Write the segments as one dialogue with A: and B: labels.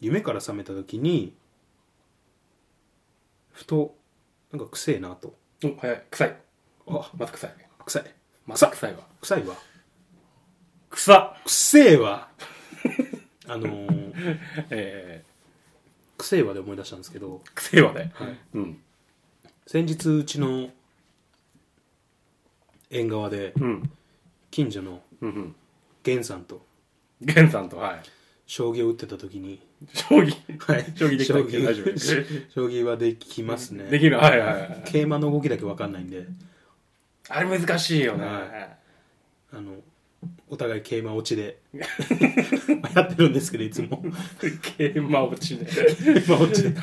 A: 夢から覚めた時にふとなんか臭えなと
B: お早い臭い
A: あ
B: また臭い
A: 臭い
B: また臭いわ
A: 臭いわ
B: 臭っ
A: 臭えわ あのー、
B: え
A: 臭えわで思い出したんですけど
B: ー、臭いわね、
A: はい
B: うん
A: 先日うちの縁側で
B: うん
A: 近所の
B: うんうん
A: 源さんと
B: 源さんとはい
A: 将棋を打ってた時に
B: 将棋
A: はい
B: 将棋できた
A: 将
B: 時大丈夫
A: 棋 将棋はできますね
B: できるはいはいはい
A: 桂馬の動きだけわかんないんで
B: あれ難しいよね、
A: はあのお互い桂馬落ちで やってるんですけどいつも
B: 桂馬落ちね
A: 今落ちで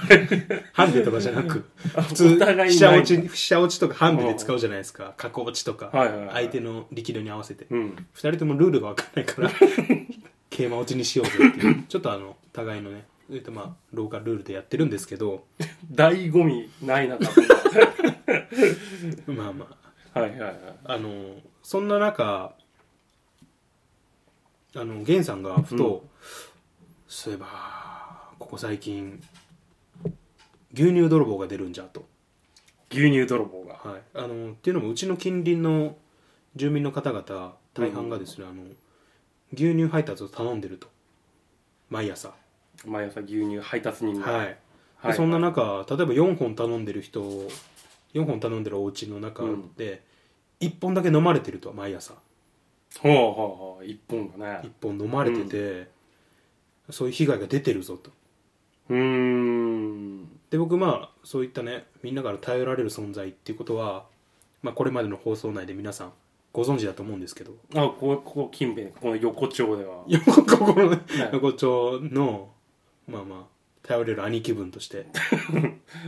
A: ハンデとかじゃなく普
B: お
A: 通
B: 互いない
A: 飛車落ち飛車落ちとかハンデで使うじゃないですか角落ちとか
B: はいはいはい
A: 相手の力量に合わせて
B: うん
A: 2人ともルールが分かんない から桂馬落ちにしようぜっていうちょっとあの互いのねえっとまあローカルルールでやってるんですけど
B: 醍醐味ないな多分
A: まあま
B: はいはいはい
A: ああのそんな中あの源さんがふと、そういえばここ最近牛乳泥棒が出るんじゃと
B: 牛乳泥棒が
A: はい、あのっていうのもうちの近隣の住民の方々大半がですね、あの牛乳配達を頼んでると毎朝、
B: 毎朝牛乳配達人が
A: はい
B: い
A: でそんな中例えば4本頼んでる人4本頼んでるお家の中で、1本だけ飲まれてると毎朝
B: ほうほうほう一本が
A: 1
B: ね
A: 本飲まれてて、そういう被害が出てるぞと
B: うーん
A: で僕まあそういったねみんなから頼られる存在っていうことは、まあ、これまでの放送内で皆さんご存知だと思うんですけど
B: あここここ近辺この横丁では
A: 横ここの横丁のまあまあ頼れる兄貴分として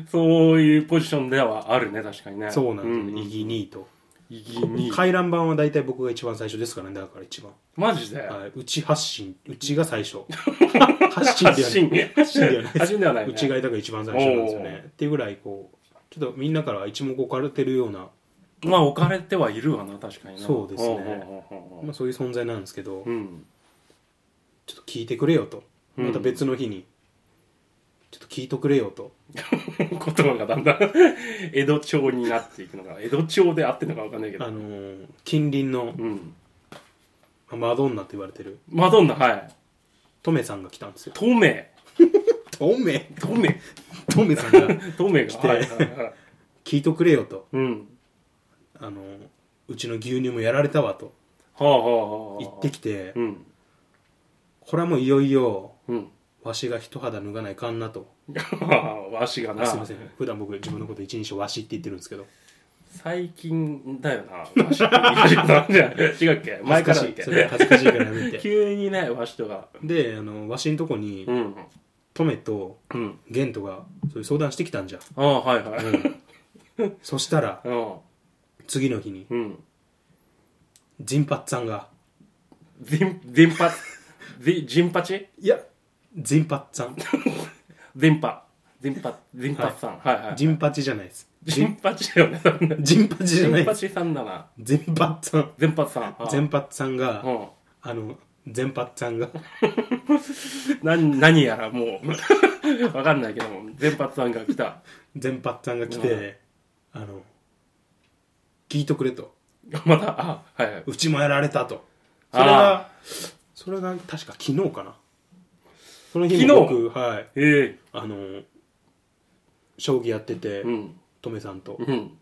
B: そういうポジションではあるね確かにね
A: そうなんですよ
B: う
A: ねイギニーと
B: イギに
A: 回覧版は大体僕が一番最初ですからねだから一番、
B: マジで
A: はい、うち発信うちが最 初発信で
B: 発
A: はない信ではな
B: 信発
A: いです
B: 発信ではないうね
A: ちがいたが一番最初なんですよ
B: お
A: ねっていうぐらいこうちょっとみんなから一目置かれてるような、
B: まあ置かれてはいるわな確かにな
A: そうですね
B: ほうほうほうほう
A: まあ、そういう存在なんですけど、
B: うん
A: ちょっと聞いてくれよと
B: うん
A: また別の日に、ちょっと聞いとくれよと
B: 言葉がだんだん江戸町になっていくのが江戸町で合ってるのかわかんないけ
A: あ
B: ど
A: のー近隣の
B: うん
A: まあマドンナと言われてる
B: マドンナはい
A: トメさんが来たんですよ
B: トメ
A: トメ
B: トメ
A: トメさんが
B: トメが
A: て
B: はいはいはい
A: 聞いとくれよと
B: うん
A: あのうちの牛乳もやられたわと
B: はあはあはあ
A: 言ってきて
B: うん
A: これはもういよいよ
B: うん
A: わしが一肌脱がないかんなと
B: わしがな
A: すいません普段僕自分のこと一人称わしって言ってるんですけど
B: 最近だよなわしって言い方じゃん違う っけ前からだ
A: 恥
B: っ
A: ずかしいそ
B: け
A: れ恥ずかしいからやめて
B: 急にねわしとが
A: であのわしのとこに
B: うん
A: トメと
B: うん
A: ゲントがそういう相談してきたんじゃ、
B: ああはいはい
A: うん、そしたら
B: うん
A: 次の日に
B: うん
A: ジンパッツさんが
B: 全全発全人八
A: いやジンパッツさん
B: 全波全波全波さんはいはい
A: ジンパチじゃないです
B: ジンパチだよね。
A: ジンパチじ
B: ジ
A: ゃない
B: ン
A: で
B: パ
A: す
B: チさんだな。
A: ジンパッツさん
B: 全発さん。ああ
A: 全パッツさんが、
B: うん。
A: あの、全パッツさんが、
B: な何やらもう、 わかんないけども、全発さんが来た。
A: 全パッツさんが来て、あの、聞いとくれと。
B: また、あ、はいはい。
A: うちもやられたと。そ
B: あー
A: れが、それが確か昨日かな。その日に
B: 昨日
A: 僕、はい、
B: え
A: あの、将棋やってて
B: え、うん。
A: トメさんと。
B: うん。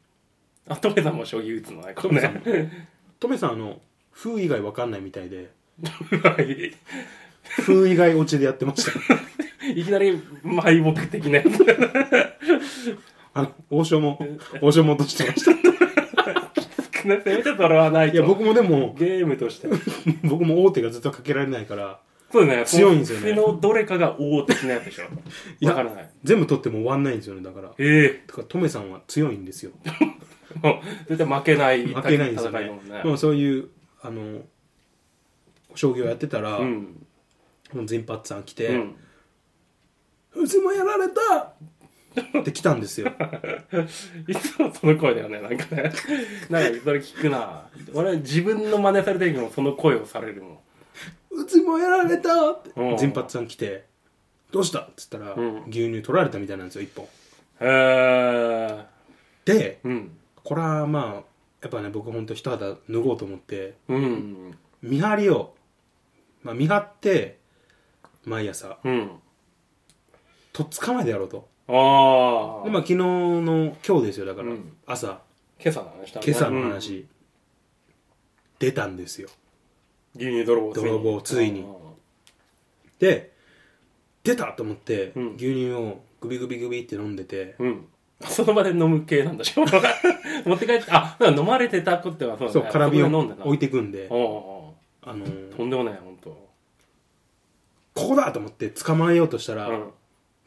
B: あ、トメさんも将棋打つのね、こ
A: トメ
B: れね。
A: トメさん、あの、風以外わかんないみたいで、
B: はい
A: 風以外落ちでやってました。
B: いきなり敗北的なや つ。
A: あの、王将も、王将も落としてま した。い
B: せめてそれはないと。
A: や、僕もでも、
B: ゲームとして。
A: 僕も王手がずっとかけられないから、
B: そうだね。
A: 強いんですよね
B: このどれかが王的なやつでしょ。
A: いや
B: わからない。
A: 全部取っても終わんないんですよね、だから。
B: ええ
A: だからトメさんは強いんですよ
B: もう絶対負けない
A: 負けないんですよ
B: 戦い
A: ね
B: だもんね。
A: まあ、そういうあの将棋をやってたら、
B: うん。
A: この全パッツさん来
B: う
A: て
B: ん。
A: 「うちもやられた!」って来たん ですよ
B: いつもその声だよね、なんかね。 なんかそれ聞くな。俺は自分の真似されてるけど、その声をされるもん。
A: 「うちもやられた!」って
B: うん
A: 全パッツさん来てどうしたっつったら、
B: うん
A: 牛乳取られたみたいなんですよ1本
B: へえ
A: で
B: うん
A: これはまあやっぱね僕ほんと一肌脱ごうと思って
B: うん
A: 見張りを、まあ、見張って毎朝
B: うん
A: とっ捕まえてやろうと
B: ああ、
A: で、まあ、昨日の今日ですよだから、
B: うん
A: 朝
B: 今朝の話だね
A: 今朝の話、出たんですよ
B: うん牛乳泥棒
A: 泥棒ついに
B: うん
A: で出たと思って、
B: うん
A: 牛乳をグビグビグビって飲んでて、
B: うんその場で飲む系なんだしょ 持って帰ってあだから飲まれてた子ってはそうだ
A: そう
B: ね
A: カラビを
B: そこで飲んでた
A: 置いてくんで
B: おうお
A: あの
B: う
A: ー
B: とんでもないほんと
A: ここだと思って捕まえようとしたら、
B: うん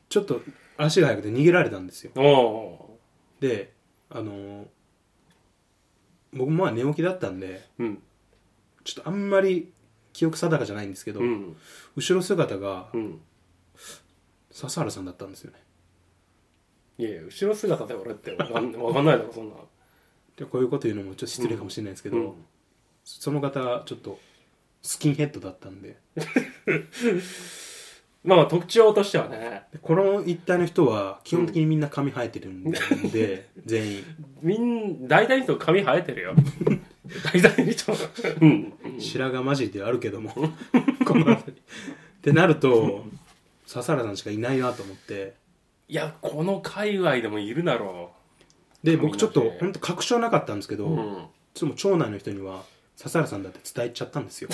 A: ちょっと足が速くて逃げられたんですよ
B: おうお
A: であのー僕もまあ寝起きだったんで
B: ううん
A: ちょっとあんまり記憶定かじゃないんですけど、
B: うん
A: 後ろ姿が
B: うん
A: 笹原さんだったんですよね
B: いやいや後ろ姿で俺ってわかん わかんないだろそんな
A: でこういうこと言うのもちょっと失礼かもしれないですけど、
B: うん
A: その方ちょっとスキンヘッドだったんで
B: まあまあ特徴としてはね
A: でこの一帯の人は基本的にみんな髪生えてるんで、全員
B: みん大体の人髪生えてるよ 大体の人うん
A: 白髪混じりではあるけども この辺りってなると笹原さんしかいないなと思って
B: いやこの界隈でもいるだろ
A: で
B: 髪の
A: 僕
B: 毛
A: ちょっと本当確証なかったんですけど、
B: う、うん、
A: ちょっともう町内の人には笹原さんだって伝えちゃったんですよ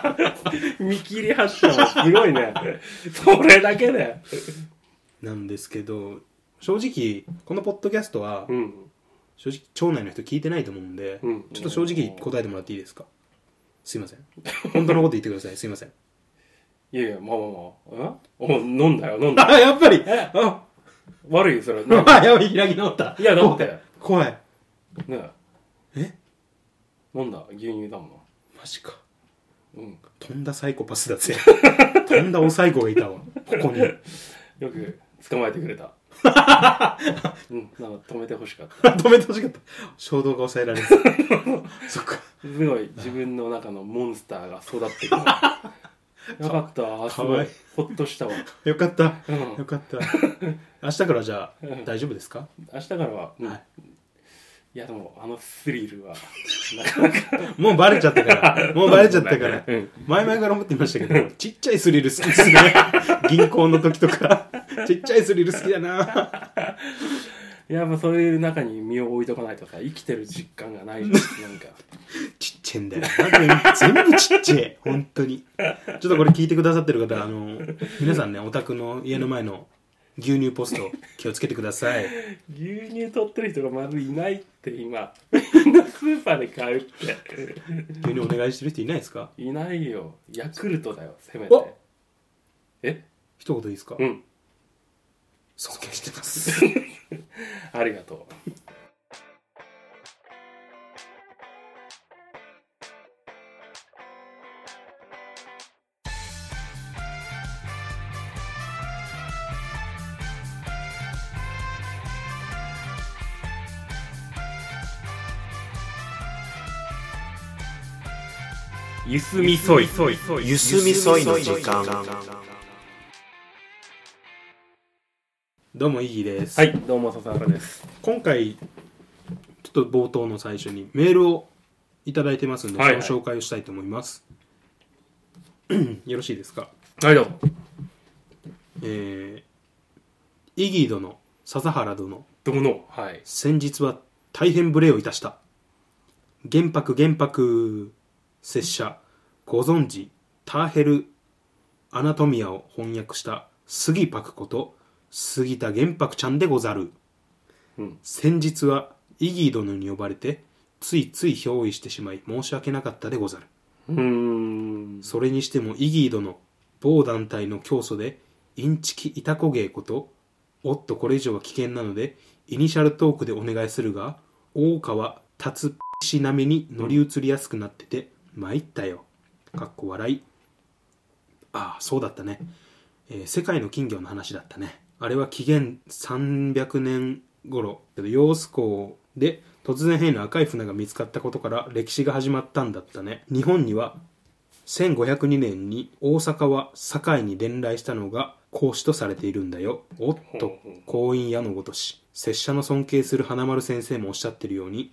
B: 見切り発車もすごいね それだけで
A: なんですけど正直このポッドキャストは
B: うん
A: 正直町内の人聞いてないと思うんで、
B: うん
A: ちょっと正直答えてもらっていいですかすいません本当のこと言ってくださいすい ません
B: いやいやまあまあまあうんお飲んだよ飲んだ
A: あやっぱり
B: えあ悪いよそれね
A: あやばい開き直った
B: いやだって
A: 怖い
B: ね
A: え
B: 飲んだ牛乳だも
A: マジか
B: んうん
A: とんだサイコパスだぜ とんだおサイコがいたわここに
B: よく捕まえてくれたうんなんか止めてほしかった
A: 止めてほしかった衝動が抑えられ ずそっか
B: すごい自分の中のモンスターが育って くるよかったあす
A: か
B: ご
A: わ
B: い
A: いい
B: ほっとしたわ、
A: よかった
B: うん、
A: よ
B: 明
A: か った明日からじゃあ
B: うん
A: 大丈夫ですか
B: 日からは、うん
A: はいい、
B: やでもあのスリルは なかなか
A: もうバレちゃった からもうバレちゃったから
B: うん
A: 前々から思ってましたけど ちっちゃいスリル好きですね 銀行の時とかちっちゃいスリル好きだない
B: やっぱそういう中に身を置いとかないとさ生きてる実感がないじゃんなんか
A: ちっちゃいんだよな全部ちっちゃい本当にちょっとこれ聞いてくださってる方あの皆さんねお宅の家の前の牛乳ポスト気をつけてください
B: 牛乳取ってる人がまずいないって 今みんなスーパーで買うって
A: 牛乳お願いしてる人いないですか
B: いないよヤクルトだよせめ
A: お
B: てえ
A: 一言いいですか、
B: うん
A: 尊敬してます
B: ありがとうゆすみそいそいそい
C: ゆすみそいの時間
A: どうもイギです、
B: はいどうも笹原です
A: 今回ちょっと冒頭の最初にメールをいただいてますんで、
B: はいはい
A: その紹介をしたいと思いますよろしいですか
B: はいどうも
A: えー、イギー殿笹原殿
B: どうもはい
A: 先日は大変無礼をいたした玄白玄白拙者ご存知ターヘル・アナトミアを翻訳した杉パクこと杉田玄白ちゃんでござる、
B: うん
A: 先日はイギー殿に呼ばれてついつい憑依してしまい申し訳なかったでござる
B: うーん
A: それにしてもイギー殿某団体の教祖でインチキイタコゲーことおっとこれ以上は危険なのでイニシャルトークでお願いするが大川立つし並みに乗り移りやすくなってて参ったよかっこ笑いああそうだったね、えー世界の金魚の話だったねあれは紀元300年頃けど揚子港で突然変異の赤い船が見つかったことから歴史が始まったんだったね日本には1502年に大阪は堺に伝来したのが孔子とされているんだよおっと光陰矢のごとし拙者の尊敬する花丸先生もおっしゃってるように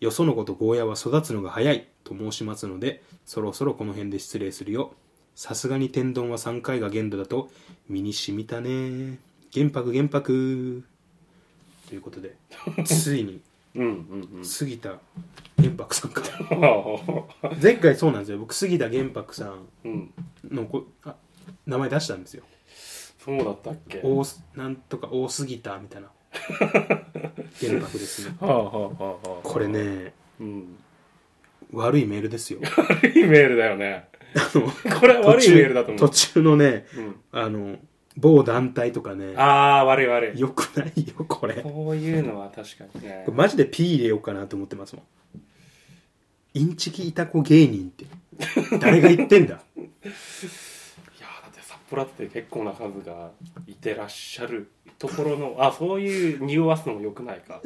A: よその子とゴーヤは育つのが早いと申しますのでそろそろこの辺で失礼するよさすがに天丼は3回が限度だと身に染みたね玄白玄白ということでついに
B: うんうん
A: 杉田玄白さんから
B: う
A: 前回そうなんですよ僕杉田玄白さん
B: ん うん
A: のこあ名前出したんですよ
B: そうだったっけ
A: 大すなんとか大杉田みたい な玄白ですね
B: はあはあはあはあ
A: これね
B: うん
A: 悪いメールですよ
B: 悪いメールだよね
A: あの
B: これは 悪いメールだと思
A: 途
B: う、
A: 中のね
B: うん、
A: あの某団体とかね
B: ああ悪い悪い
A: よくないよこれこ
B: そういうのは確かにね
A: れマジで P 入れようかなと思ってますもんインチキイタコ芸人って誰が言って んだ
B: いやーだって札幌って結構な数がいてらっしゃるところのあそういう匂わすのも良くないか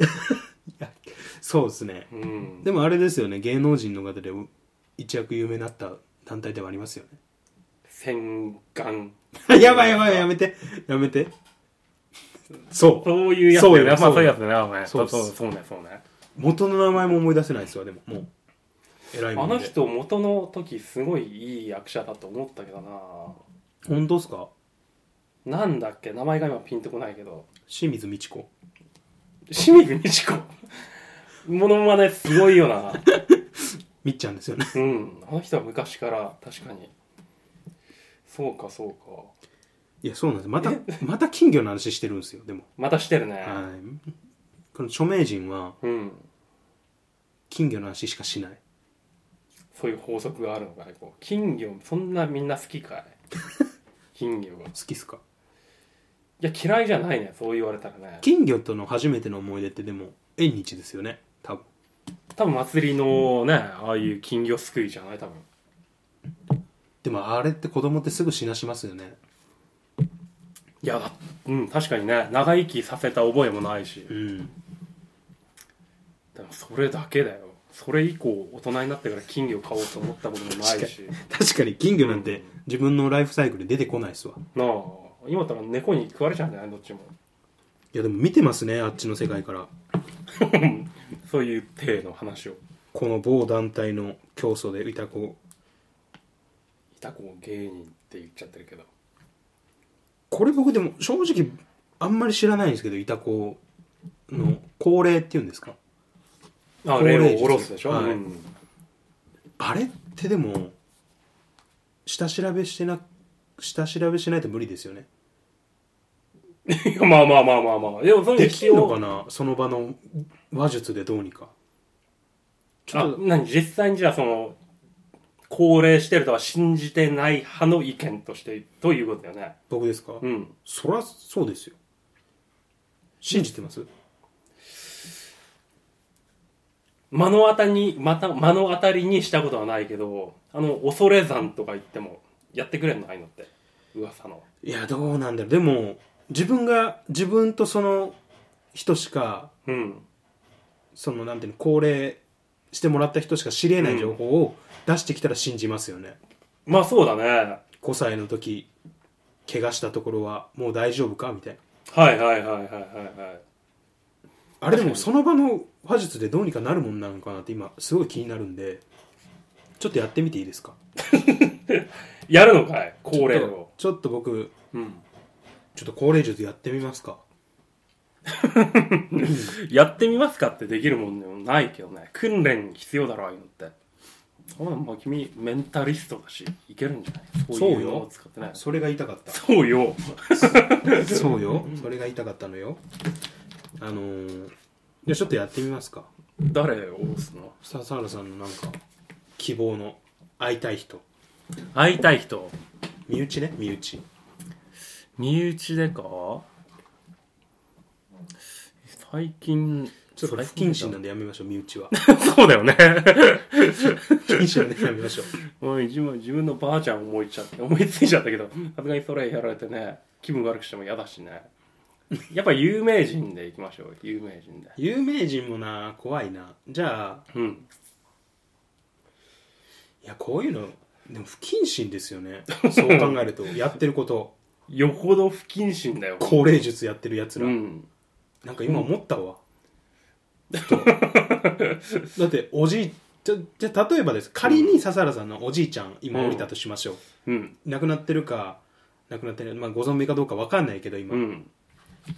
A: そうですね
B: うん
A: でもあれですよね芸能人の方で一躍有名になった団体ではありますよね
B: 洗顔
A: やばいやばいやめてやめてそう
B: そういうやつ
A: そう
B: だ
A: よ
B: よねまあ
A: そうよ
B: そういうやつだねお前
A: そ
B: そうう
A: です
B: そうそうねそうね
A: 元の名前も思い出せないですわでももう偉い
B: あ
A: もんで
B: の人元の時すごいいい役者だと思ったけど
A: 本当ですか
B: ななんだっけ名前が今ピンとこないけど
A: 清水美智子
B: 清水美智子ものまねすごいよな
A: みっちゃんですよね
B: うんあの人は昔から確かにそうかそうか
A: いやそうなんですまたまた金魚の話してるんですよでも
B: またしてるね、
A: はいこの著名人は
B: うん
A: 金魚の話しかしない
B: そういう法則があるのかねこう金魚そんなみんな好きか い金魚がい
A: 好きっすか
B: や嫌いじゃないねそう言われたらね
A: 金魚との初めての思い出ってでも縁日ですよね多分
B: 多分祭りのねああいう金魚すくいじゃない多分
A: でもあれって子供ってすぐ死なしますよね
B: いやだうん確かにね長生きさせた覚えもないし
A: うん
B: でもそれだけだよそれ以降大人になってから金魚買おうと思ったこともないし
A: 確かに金魚なんて自分のライフサイクルで出てこないっすわ
B: なあ今だったら猫に食われちゃうんじゃないどっちも
A: いやでも見てますねあっちの世界から
B: そういう体の話を
A: この某団体の競争でいた子
B: いたこ芸人って言っちゃってるけど
A: これ僕でも正直あんまり知らないんですけどいた子の高齢っていうんですか
B: あ
A: 高齢
B: 霊
A: 児
B: を下ろすでしょ、
A: はい
B: うん
A: あれってでも下調べしてな下調べしないと無理ですよね
B: いやまあまあまあまあまあ。でもそれ
A: でき
B: 一
A: るのか
B: 応、
A: なその場の話術でどうにかちょ
B: あ
A: っ、と
B: 何、実際にじゃあその、高齢してるとは信じてない派の意見として、ということだよね。
A: 僕ですか、
B: うん。
A: そりゃそうですよ信じてます
B: 目の当たりに、また、目の当たりにしたことはないけど、あの、恐れ山とか言っても、やってくれんのああいうのって。噂の。
A: いやどうなんだろうでも自分が自分とその人しか
B: うん。
A: そのなんていうの高齢してもらった人しか知りえない情報を出してきたら信じますよね、
B: まあそうだね。は
A: 5歳の時怪我したところはもう大丈夫かみたいない
B: はいはいはいはいはい。
A: あれでもその場の話術でどうにかなるもんなのかなって今すごい気になるんでちょっとやってみていいですか
B: やるのかい高齢
A: ちょっ
B: を
A: と。ちょっと僕
B: うん。
A: ちょっと高齢術やってみますか
B: やってみますかってできるもんでもないけどね訓練必要だろああいうのってそうなのまあ君メンタリストだしいけるんじゃないそういうのを使ってない
A: それが痛かった
B: そうよ
A: そうよそれが痛かったのよあのー、じゃあちょっとやってみますか
B: 誰を押すの
A: 笹原さんのなんか希望の会いたい人
B: 会いたい人
A: 身内ね身内
B: 身内でか最近
A: ちょっとこれ不謹慎なんでやめましょう身内 は
B: そうだよね
A: 不謹慎なんでやめましょう
B: おい自分自分のばあちゃん思いちゃって思いついちゃったけどさすがにそれやられてね気分悪くしても嫌だしねやっぱ有名人でいきましょう有名人で
A: 有名人もな怖いなじゃあ
B: うん
A: いやこういうのでも不謹慎ですよねそう考え るとやってること
B: よほど不謹慎だよ
A: 高齢術やってるやつら、
B: うん
A: なんか今思ったわ、ふとだっておじいじゃじゃ例えばです仮に笹原さんのおじいちゃん今降りたとしましょう、
B: うん
A: 亡くなってるか亡くなってる、まあ、ご存命かどうか分かんないけど今、
B: うん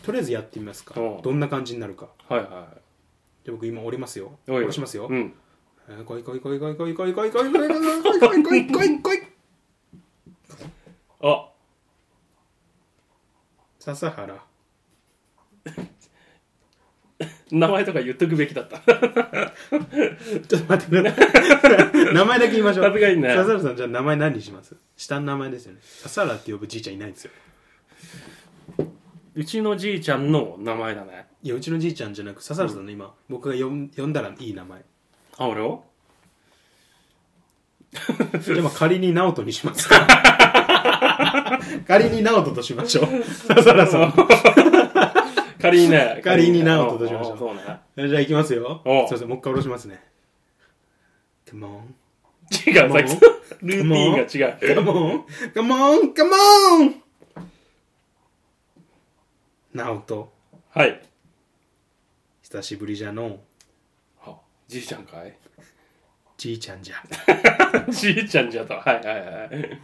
A: とりあえずやってみますか
B: うん
A: どんな感じになるか
B: はいは
A: じゃあ僕今降りますよ
B: いおい
A: 降ろしますよ、
B: うん
A: えー来い来い来い来い来い来い来い来い来い来い来い来い来い来い
B: あ
A: 笹原
B: 名前とか言っとくべきだった
A: ちょっと待ってください名前だけ言いましょう
B: さすがにね
A: 笹原さんじゃあ名前何にします下の名前ですよね笹原って呼ぶじいちゃんいないんですよ
B: うちのじいちゃんの名前だね
A: いやうちのじいちゃんじゃなく笹原さんの今、僕が呼ん呼んだらいい名前
B: あ俺を
A: じゃあまあ仮に直人にしますか仮に直人としましょう笹原さん
B: 仮にね
A: 仮になおとしましょう
B: うんそうね
A: じゃあ行きますよ。すい
B: おう
A: ません、もう一回下ろしますね。カモン。
B: 違うさっきとルーティーンが違う
A: カモン。カモン。カモン。ナオト、
B: はい
A: 久しぶりじゃのう
B: あじいちゃんかい
A: じいちゃんじゃ。
B: じいちゃんじゃとはいはいはい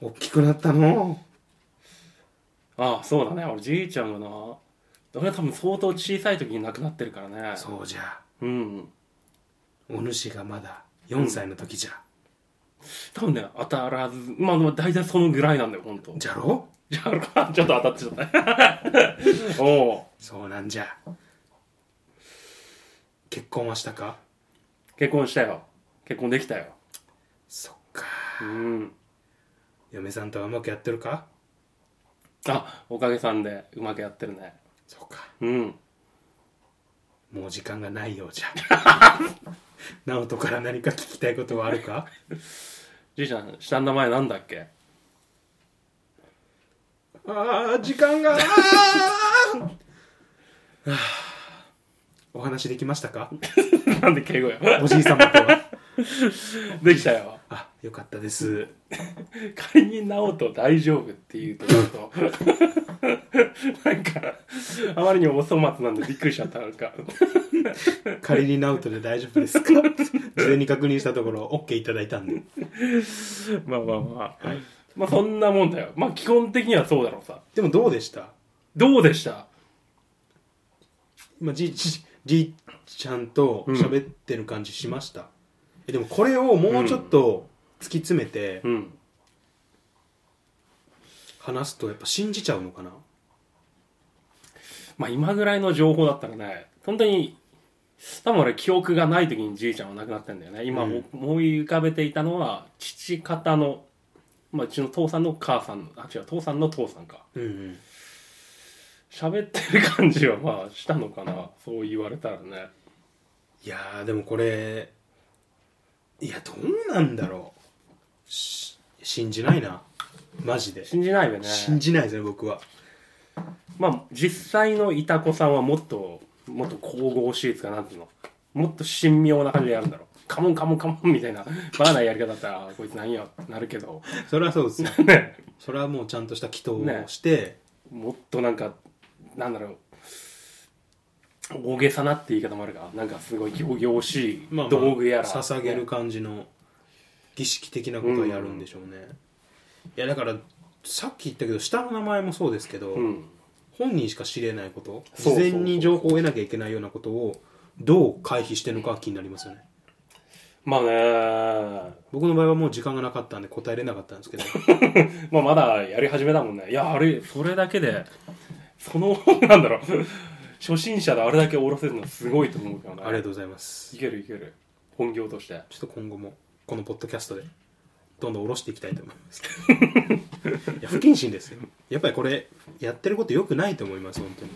A: 大きくなったの
B: あそうだね俺じいちゃんがな俺は多分相当小さい時に亡くなってるからね
A: う。そうじゃ。
B: ううん
A: お主がまだ4歳の時じゃ。
B: 多分ね当たらずまあでも大体そのぐらいなんだよ本当
A: じゃろ
B: じゃあ ちょっと当たっちゃった おお
A: そうなんじゃ。結婚はしたか
B: 結婚したよ結婚できたよ
A: そっか。
B: うん
A: 嫁さんとはうまくやってるか
B: あおかげさんでうまくやってるね
A: そうか。
B: うん
A: もう時間がないようじ ゃ。ナオトから何か聞きたいことはあるか
B: じいちゃん下の名前なんだっけ
A: ああ、時間が。あーはあお話できましたか
B: なんで敬語よ。
A: おじい様とは。
B: できたよ。
A: あ、よかったです。
B: 仮に直人大丈夫っていうとちょっと、 なんか、あまりにもお粗末なんでびっくりしちゃったなんか。
A: 仮にナオトで大丈夫ですか事前に確認したところ、OK いただいたんで。
B: まあまあまあ。まあそんなもんだよ。まあ基本的にはそうだろうさ。
A: でもどうでした
B: どうでした
A: 今、じいじいじいちゃんと喋ってる感じしました、えでもこれをもうちょっと突き詰めて
B: うん。
A: 話すと、やっぱ信じちゃうのかな
B: まあ今ぐらいの情報だったらね、本当に、多分俺記憶がない時にじいちゃんは亡くなってんだよね。今
A: うん
B: 思い浮かべていたのは、父方の、まあうちの父さんの母さんの、あ違う、父さんの父さんか。
A: うんうん。
B: 喋ってる感じはまあしたのかなそう言われたらね
A: いやーでもこれいやどうなんだろうし信じないなマジで
B: 信じないよね
A: 信じないですね僕は
B: まあ実際のいた子さんはもっともっと神々しいっつうかなんていうのもっと神妙な感じでやるんだろカモンカモンカモンみたいなバーナーやり方だったらあこいつ何やってなるけど
A: それはそうですよ
B: ね
A: それはもうちゃんとした祈
B: ね
A: 祷をして、
B: もっとなんかなんだろう大げさなって言い方もあるがなんかすごい行々しい
A: まあまあ
B: 道具やら、
A: 捧げる
B: ね
A: 感じの儀式的なことをやるんでしょうね、いやだからさっき言ったけど下の名前もそうですけど、
B: うん
A: 本人しか知れないこと事
B: そうそうそう
A: 前に情報を得なきゃいけないようなことをどう回避してるのかが気になりますよね
B: まあね
A: 僕の場合はもう時間がなかったんで答えれなかったんですけど
B: まあまだやり始めだもんね。いや、あれ、それだけで、その、 なんだろう、初心者であれだけ下ろせるのすごいと思うけどね。
A: ありがとうございます。
B: いけるいける。本業として。
A: ちょっと今後もこのポッドキャストでどんどん下ろしていきたいと思い ます。いや不謹慎ですよ。やっぱりこれやってること良くないと思います本当に。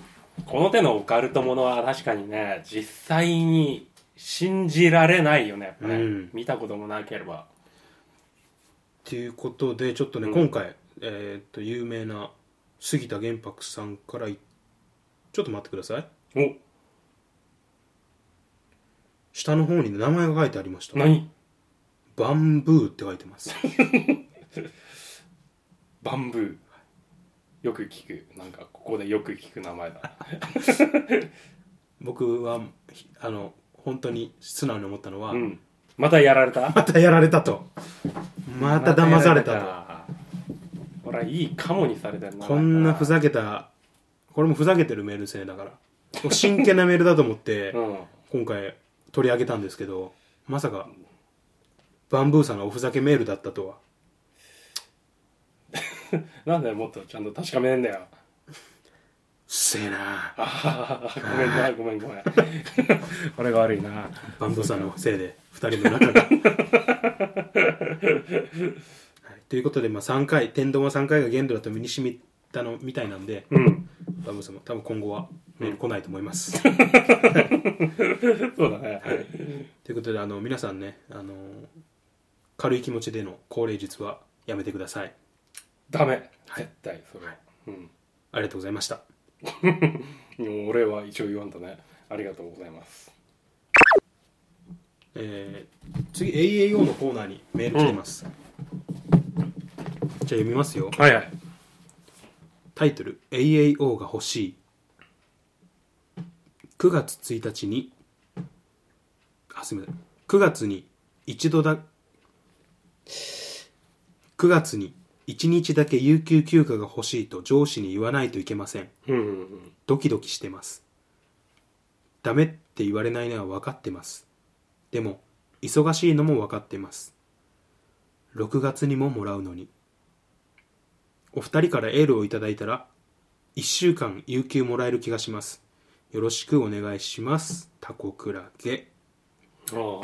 B: この手のオカルトものは確かにね、実際に信じられないよね、やっぱね。
A: うん
B: 見たこともなければ。
A: ということでちょっとね、
B: うん
A: 今回えーっと有名な杉田玄白さんからいちょっと待ってください。
B: お、
A: 下の方に名前が書いてありました。
B: 何
A: バンブーって書いて ます。
B: バンブーよく聞くなんかここでよく聞く名 前だ
A: 僕は、ひあの、本当に素直に思ったのは、
B: うんまたやられた
A: またやられたと。また騙されたと。
B: ほらいいカモにされてるな
A: こんなふざけた、これもふざけてるメールですね、だから。もう真剣なメールだと思って、
B: うん
A: 今回取り上げたんですけど、まさか、バンブーさんがおふざけメールだったとは。
B: なんだよもっとちゃんと確かめねえんだよ
A: うっせえな
B: あーごめんなごめんごめん 俺が悪いな
A: バンブーさんのせいで、 二人の仲が。はい、ということで、まあ、3回、天丼は3回が限度だと身にしみたのみたいなんで、
B: うん
A: バンブーさんも多分今後はメール来ないと思います。
B: そうだね
A: ということであの皆さんねあの軽い気持ちでの高齢術はやめてください
B: ダメ絶対それはうん
A: ありがとうございました
B: でも俺は一応言わんとねありがとうございます
A: えー、次 AAO のコーナーにメール来てます、じゃあ読みますよ
B: はいはい
A: タイトル「AAO が欲しい」9月1日にあすみません9月に一度だ9月に1日だけ有給休暇が欲しいと上司に言わないといけません
B: うんうんうん
A: ドキドキしてます。ダメって言われないのは分かってます。でも、忙しいのも分かってます。6月にももらうのに。お二人からエールをいただいたら、1週間有給もらえる気がします。よろしくお願いします。タコクラゲ。
B: あー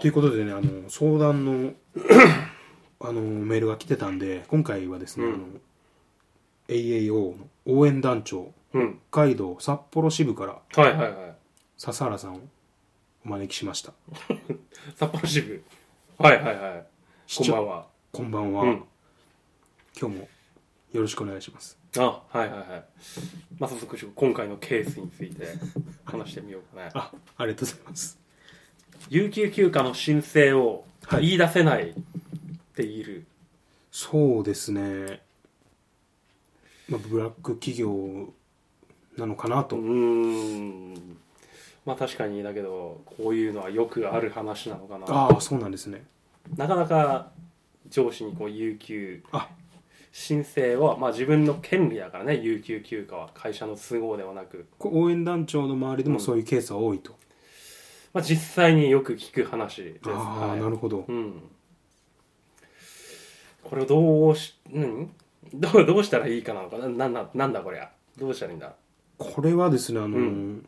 A: ということでね、あの、相談の、 あの、メールが来てたんで、今回はですね、
B: うん
A: あの、AAO の応援団長、
B: うん
A: 北海道札幌支部から
B: はいはいはい
A: 笹原さんをお招きしました
B: 札幌支部はいはいはい
A: 市
B: こ
A: 長
B: んばんは
A: こんばんは、
B: うん
A: 今日もよろしくお願いします
B: あはいはいはいまあ早速今回のケースについて話してみようかね
A: あありがとうございます
B: 有給休暇の申請を
A: はい
B: 言い出せないっている、
A: そうですね、まあ、ブラック企業なのかなと、
B: うーんまあ確かにだけどこういうのはよくある話なのかな
A: ああそうなんですね
B: なかなか上司にこう有給
A: あ
B: 申請はまあ自分の権利だからね有給休暇は会社の都合ではなく、
A: こう応援団長の周りでもそういうケースは多いと、
B: まあ、実際によく聞く話で
A: あ
B: す
A: あ、
B: はい
A: なるほど
B: うん、これをどうし、うん、どうどうしたらいいかなのかななんだなんだこりゃどうしたらいいんだ
A: これはですねあのー、
B: う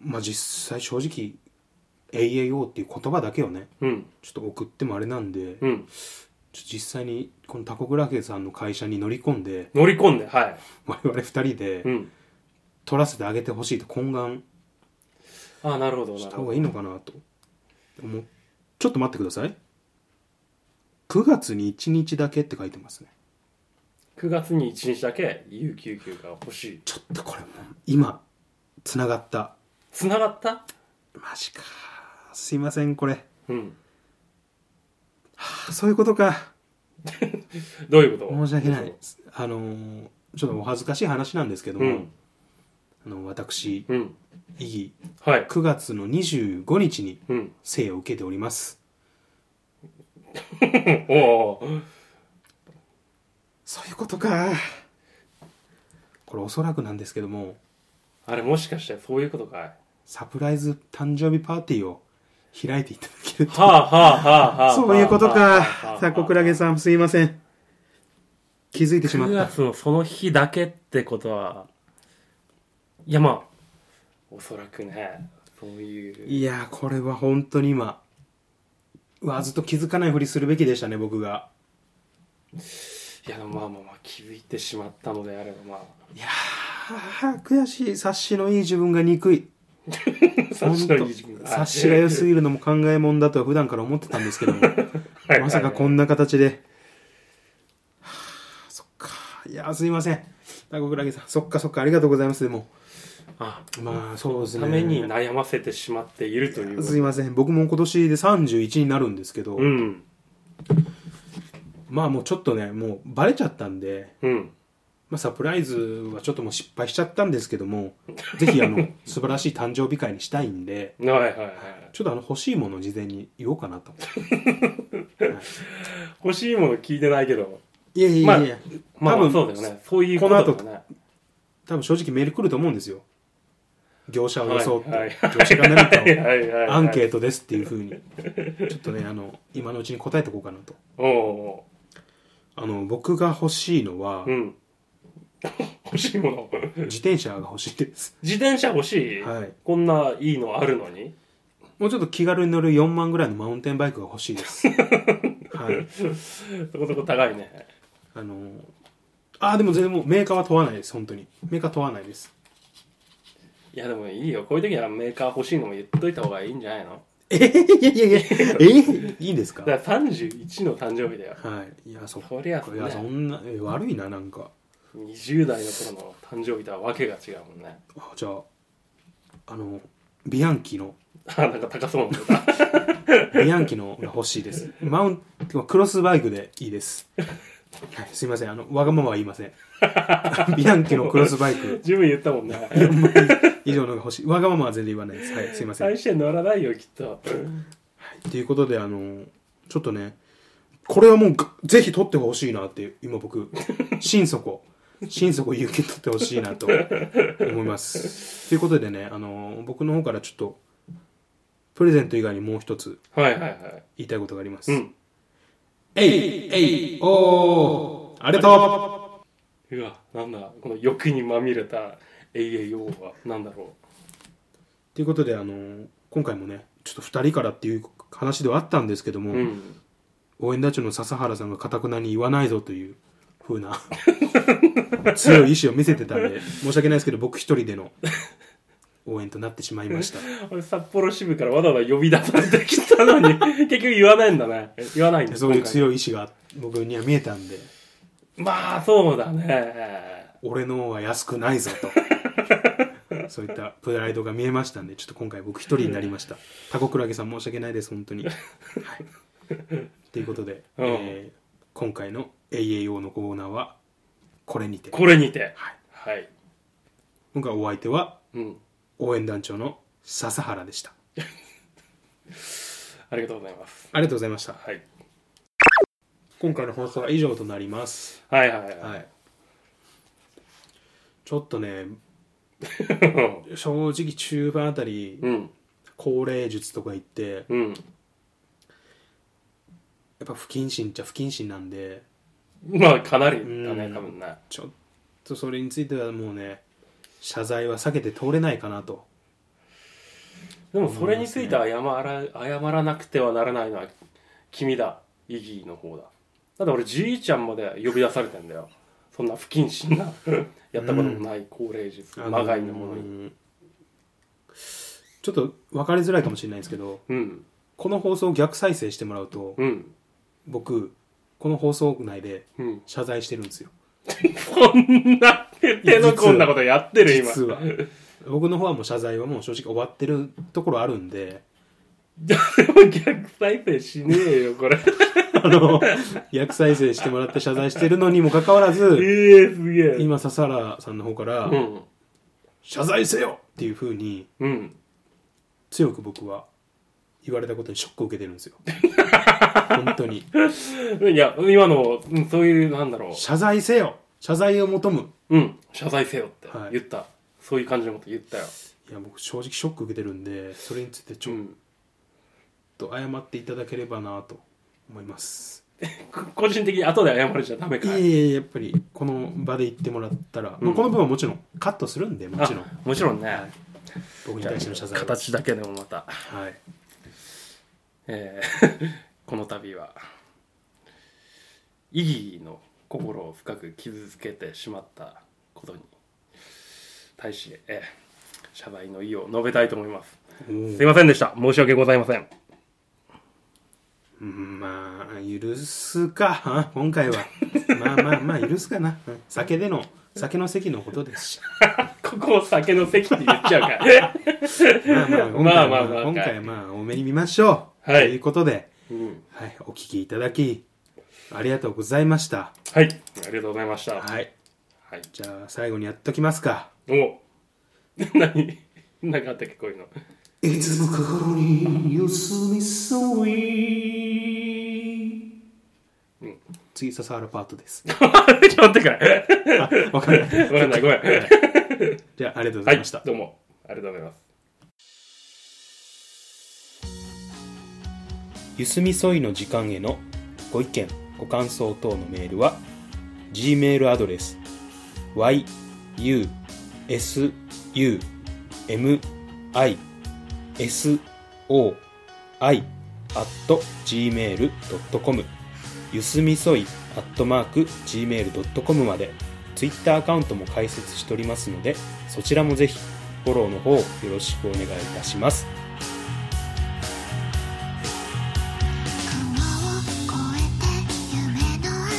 A: まあ実際正直 AAO っていう言葉だけをね
B: うん
A: ちょっと送ってもあれなんで、
B: うん
A: ちょっと実際にこのタコグラケさんの会社に乗り込んで
B: 乗り込んではい
A: 我々二人で
B: うん
A: 取らせてあげてほしいと懇願
B: ああなるほどな
A: し
B: る
A: た
B: ほ
A: 方
B: ど
A: がいいのかなと思うちょっと待ってください9月に1日だけって書いてますね
B: 9月に1日だけ有給休暇が欲しい
A: ちょっとこれもう今つながった
B: つながった
A: マジかすいませんこれ
B: うん
A: あそういうことか
B: どういうこと
A: 申し訳ないあのーちょっとお恥ずかしい話なんですけど
B: う
A: も、
B: ん
A: あの私
B: うん
A: 意義
B: はい
A: 9月の25日に
B: うん
A: 生を受けております
B: おおー
A: そういうことか。これおそらくなんですけども、
B: あれもしかしてそういうことかい
A: サプライズ誕生日パーティーを開いていただける
B: はあはあはあはあ
A: と。そういうこと
B: はあは
A: か
B: あはあは。あ
A: タコクラゲさんすいません。気づいてしま
B: 9
A: った。
B: 月のその日だけってことはいやまあおそらくねそういう
A: いやー、これは本当に今、うわ、ずっと気づかないふりするべきでしたね、僕が。
B: いやでもまあまあまあ気づいてしまったのであればまあ
A: いやー、悔しい。察しのいい自分が憎い。
B: 察 しのいい自分
A: 本当察しが良すぎるのも考えもんだとは普段から思ってたんですけども。
B: はい
A: まさかこんな形で。はあ、そっか。いや、すいません。タコクラゲさん、そっかそっか、ありがとうございます。でも、
B: あ
A: まあそうですね
B: ために悩ませてしまっているという
A: すいません僕も今年で31になるんですけど、
B: うん
A: まあもうちょっとねもうバレちゃったんで、
B: うん
A: まあ、サプライズはちょっともう失敗しちゃったんですけどもぜひあの素晴らしい誕生日会にしたいんで
B: はいはいはい
A: ちょっとあの欲しいものを事前に言おうかなと思って
B: 欲しいもの聞いてないけど
A: いやいやいやいや、
B: まあ
A: 多分
B: そうだよねそういう
A: こ
B: こ
A: の
B: と
A: 後
B: だよね
A: 多分正直メール来ると思うんですよ業者を装って、
B: はいはい
A: 業者が何か
B: はいはいはい
A: をアンケートですっていうふうにちょっとねあの今のうちに答えておこうかなと
B: おうお
A: あの僕が欲しいのは、
B: ううん欲しいもの
A: 自転車が欲しいです
B: 自転車欲しい、
A: はい
B: こんないいのあるのに
A: もうちょっと気軽に乗る4万ぐらいのマウンテンバイクが欲しいです。 はい。
B: そこそこ高いね
A: あのーあーでも全然もうメーカーは問わないです、本当に。メーカー問わないです。
B: いやでもいいよこういう時はメーカー欲しいのも言っといた方がいいんじゃないの
A: えいやいやいや、 えいいんですかは
B: だから31の誕生日だよ
A: い。いや、そっか。
B: そりゃそう
A: い
B: ね
A: や、そんな、え悪いな、なんか。
B: 20代の頃の誕生日とはわけが違うもんね
A: あじゃあ、あの、ビアンキの、
B: あなんか高そうなんだ
A: ビアンキのが欲しい です。マウン、てかクロスバイクでいいです。はい、すいません、あの、わがままは言いま せん。ビアンキのクロスバイク
B: 十分言ったもんね
A: 以上のが欲しい。わがままは全然言わないです。はい、すいません。
B: 愛して乗らないよきっと
A: ということであのちょっとねこれはもうがぜひ取ってほしいなっていう今 僕心底心底勇気取ってほしいなと思いますということでねあの僕の方からちょっとプレゼント以外にもう一つ
B: はいはいはい
A: 言いたいことがあります、
B: うん
A: えいえいおーありがと
B: うわなんだこの欲にまみれた AAO はなんだろ
A: うということであの今回もねちょっと2人からっていう話ではあったんですけども、
B: ううん
A: 応援団長の笹原さんがかたくなに言わないぞというふうな 強い意志を見せてたんで申し訳ないですけど僕一人での応援となってしまいました
B: 俺札幌支部からわざわざ呼び出されてきた のに結局言わないんだね言わないんだ
A: そういう
B: 今回
A: 強い意志が僕には見えたんで
B: まあそうだね
A: 俺の方は安くないぞとそういったプライドが見えましたんでちょっと今回僕一人になりましたタコクラゲさん申し訳ないです本当にはいということで、
B: うん
A: えー今回の AAO のコーナーはこれにて
B: これにて
A: はい
B: はい
A: 今回お相手は
B: うん
A: 応援団長の笹原でした
B: ありがとうございます
A: ありがとうございました
B: はい
A: 今回の放送は以上となります
B: はいはいはい、
A: はいちょっとね正直中盤あたり
B: うん
A: 高齢術とか言ってや
B: うん
A: っぱ不謹慎っちゃ不謹慎なんで
B: まあかなりだ
A: う
B: ね
A: ん
B: 多分ね
A: ちょっとそれについてはもうね謝罪は避けて通れないかなと
B: でもそれについて謝ら謝らなくてはならないのは君だイギーの方だだって俺じいちゃんまで呼び出されてんだよそんな不謹慎な やったこともない高齢術、
A: あ
B: まがいのものに
A: うんちょっと分かりづらいかもしれないんですけど
B: うん
A: この放送を逆再生してもらうと
B: うん
A: 僕この放送内で
B: うん
A: 謝罪してるんですよ
B: こん な手の込んだことやってる今
A: 実は僕の方はもう謝罪はもう正直終わってるところあるんで
B: 逆再生しねえよ これ
A: あの逆再生してもらって謝罪してるのにもかかわら
B: え
A: ず
B: えすげえ
A: 今笹原さんの方から
B: うん
A: 「謝罪せよ!」っていうふうに
B: うん
A: 強く僕は言われたことにショックを受けてるんですよ本当に
B: いや今のうんそういうなんだ
A: 「
B: ろ
A: 謝罪せよ謝罪を求む
B: ううん謝罪せよって
A: はい
B: 言った、そういう感じのこと言ったよ」
A: いや僕正直ショック受けてるんでそれについてち
B: う
A: ょっ
B: ん
A: と謝っていただければなと思います、
B: こ個人的に後で謝るじゃダメか
A: いえいえやっぱりこの場で言ってもらったら、まあこの部分はもちろんカットするんでも
B: あ
A: ちろん
B: もちろんね
A: 僕に
B: じゃあ
A: 対しての謝罪は
B: 形だけでもまた、
A: はい
B: えー この度はイギーの心を深く傷つけてしまったことに対し、えー謝罪の意を述べたいと思います
A: おー
B: すいませんでした申し訳ございません
A: うんまあ許すかあ今 回はまあまあまあ許すかなうん酒での酒の席のことですし
B: ここを酒の席って言っちゃう から。
A: まあまあ、
B: まあまあまあ
A: 今回はまあ、多めに見ましょう。
B: はい
A: ということで、
B: うん
A: はい、お聞きいただき、ありがとうございました。
B: はい。ありがとうございました。は
A: はい。
B: い。
A: じゃあ、最後にやっときますか。
B: お 何何かあったっけこういうの。
A: いつも心に四隅添い。
B: うん
A: 次、笹原パートです。
B: ちょっと待ってから。
A: あ、わかんない。
B: ごめんなさい、ごめん。
A: じゃあ、ありがとうござ
B: はいい
A: ました。、
B: どうも。ありがとうございます。
A: ゆすみそいの時間へのご意見ご感想等のメールは g メールアドレス y u s u m i s o i gmail.com ゆすみそい gmail.com までツイッターアカウントも開設しておりますのでそちらもぜひフォローの方よろしくお願いいたします
C: 「雲を越えて夢の跡」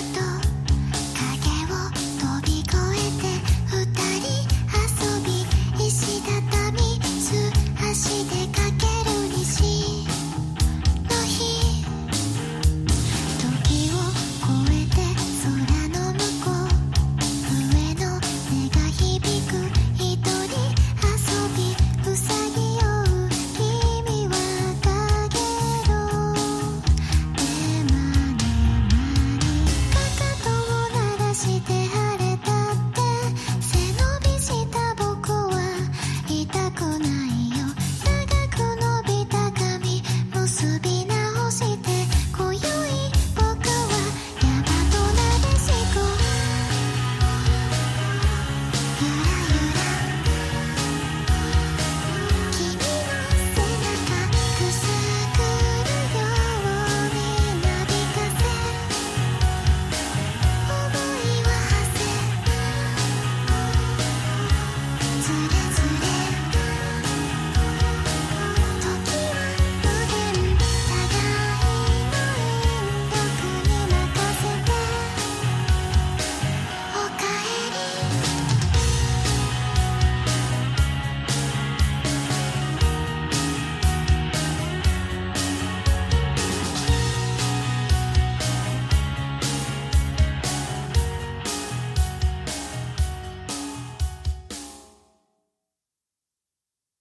C: 「影を飛び越えて二人遊び」「石畳素足でかける西の日」「時を越えて空の向こう」「上の音が響く一人遊び」「うさぎよう君はかげろ」「ねまねまにかかとを鳴らして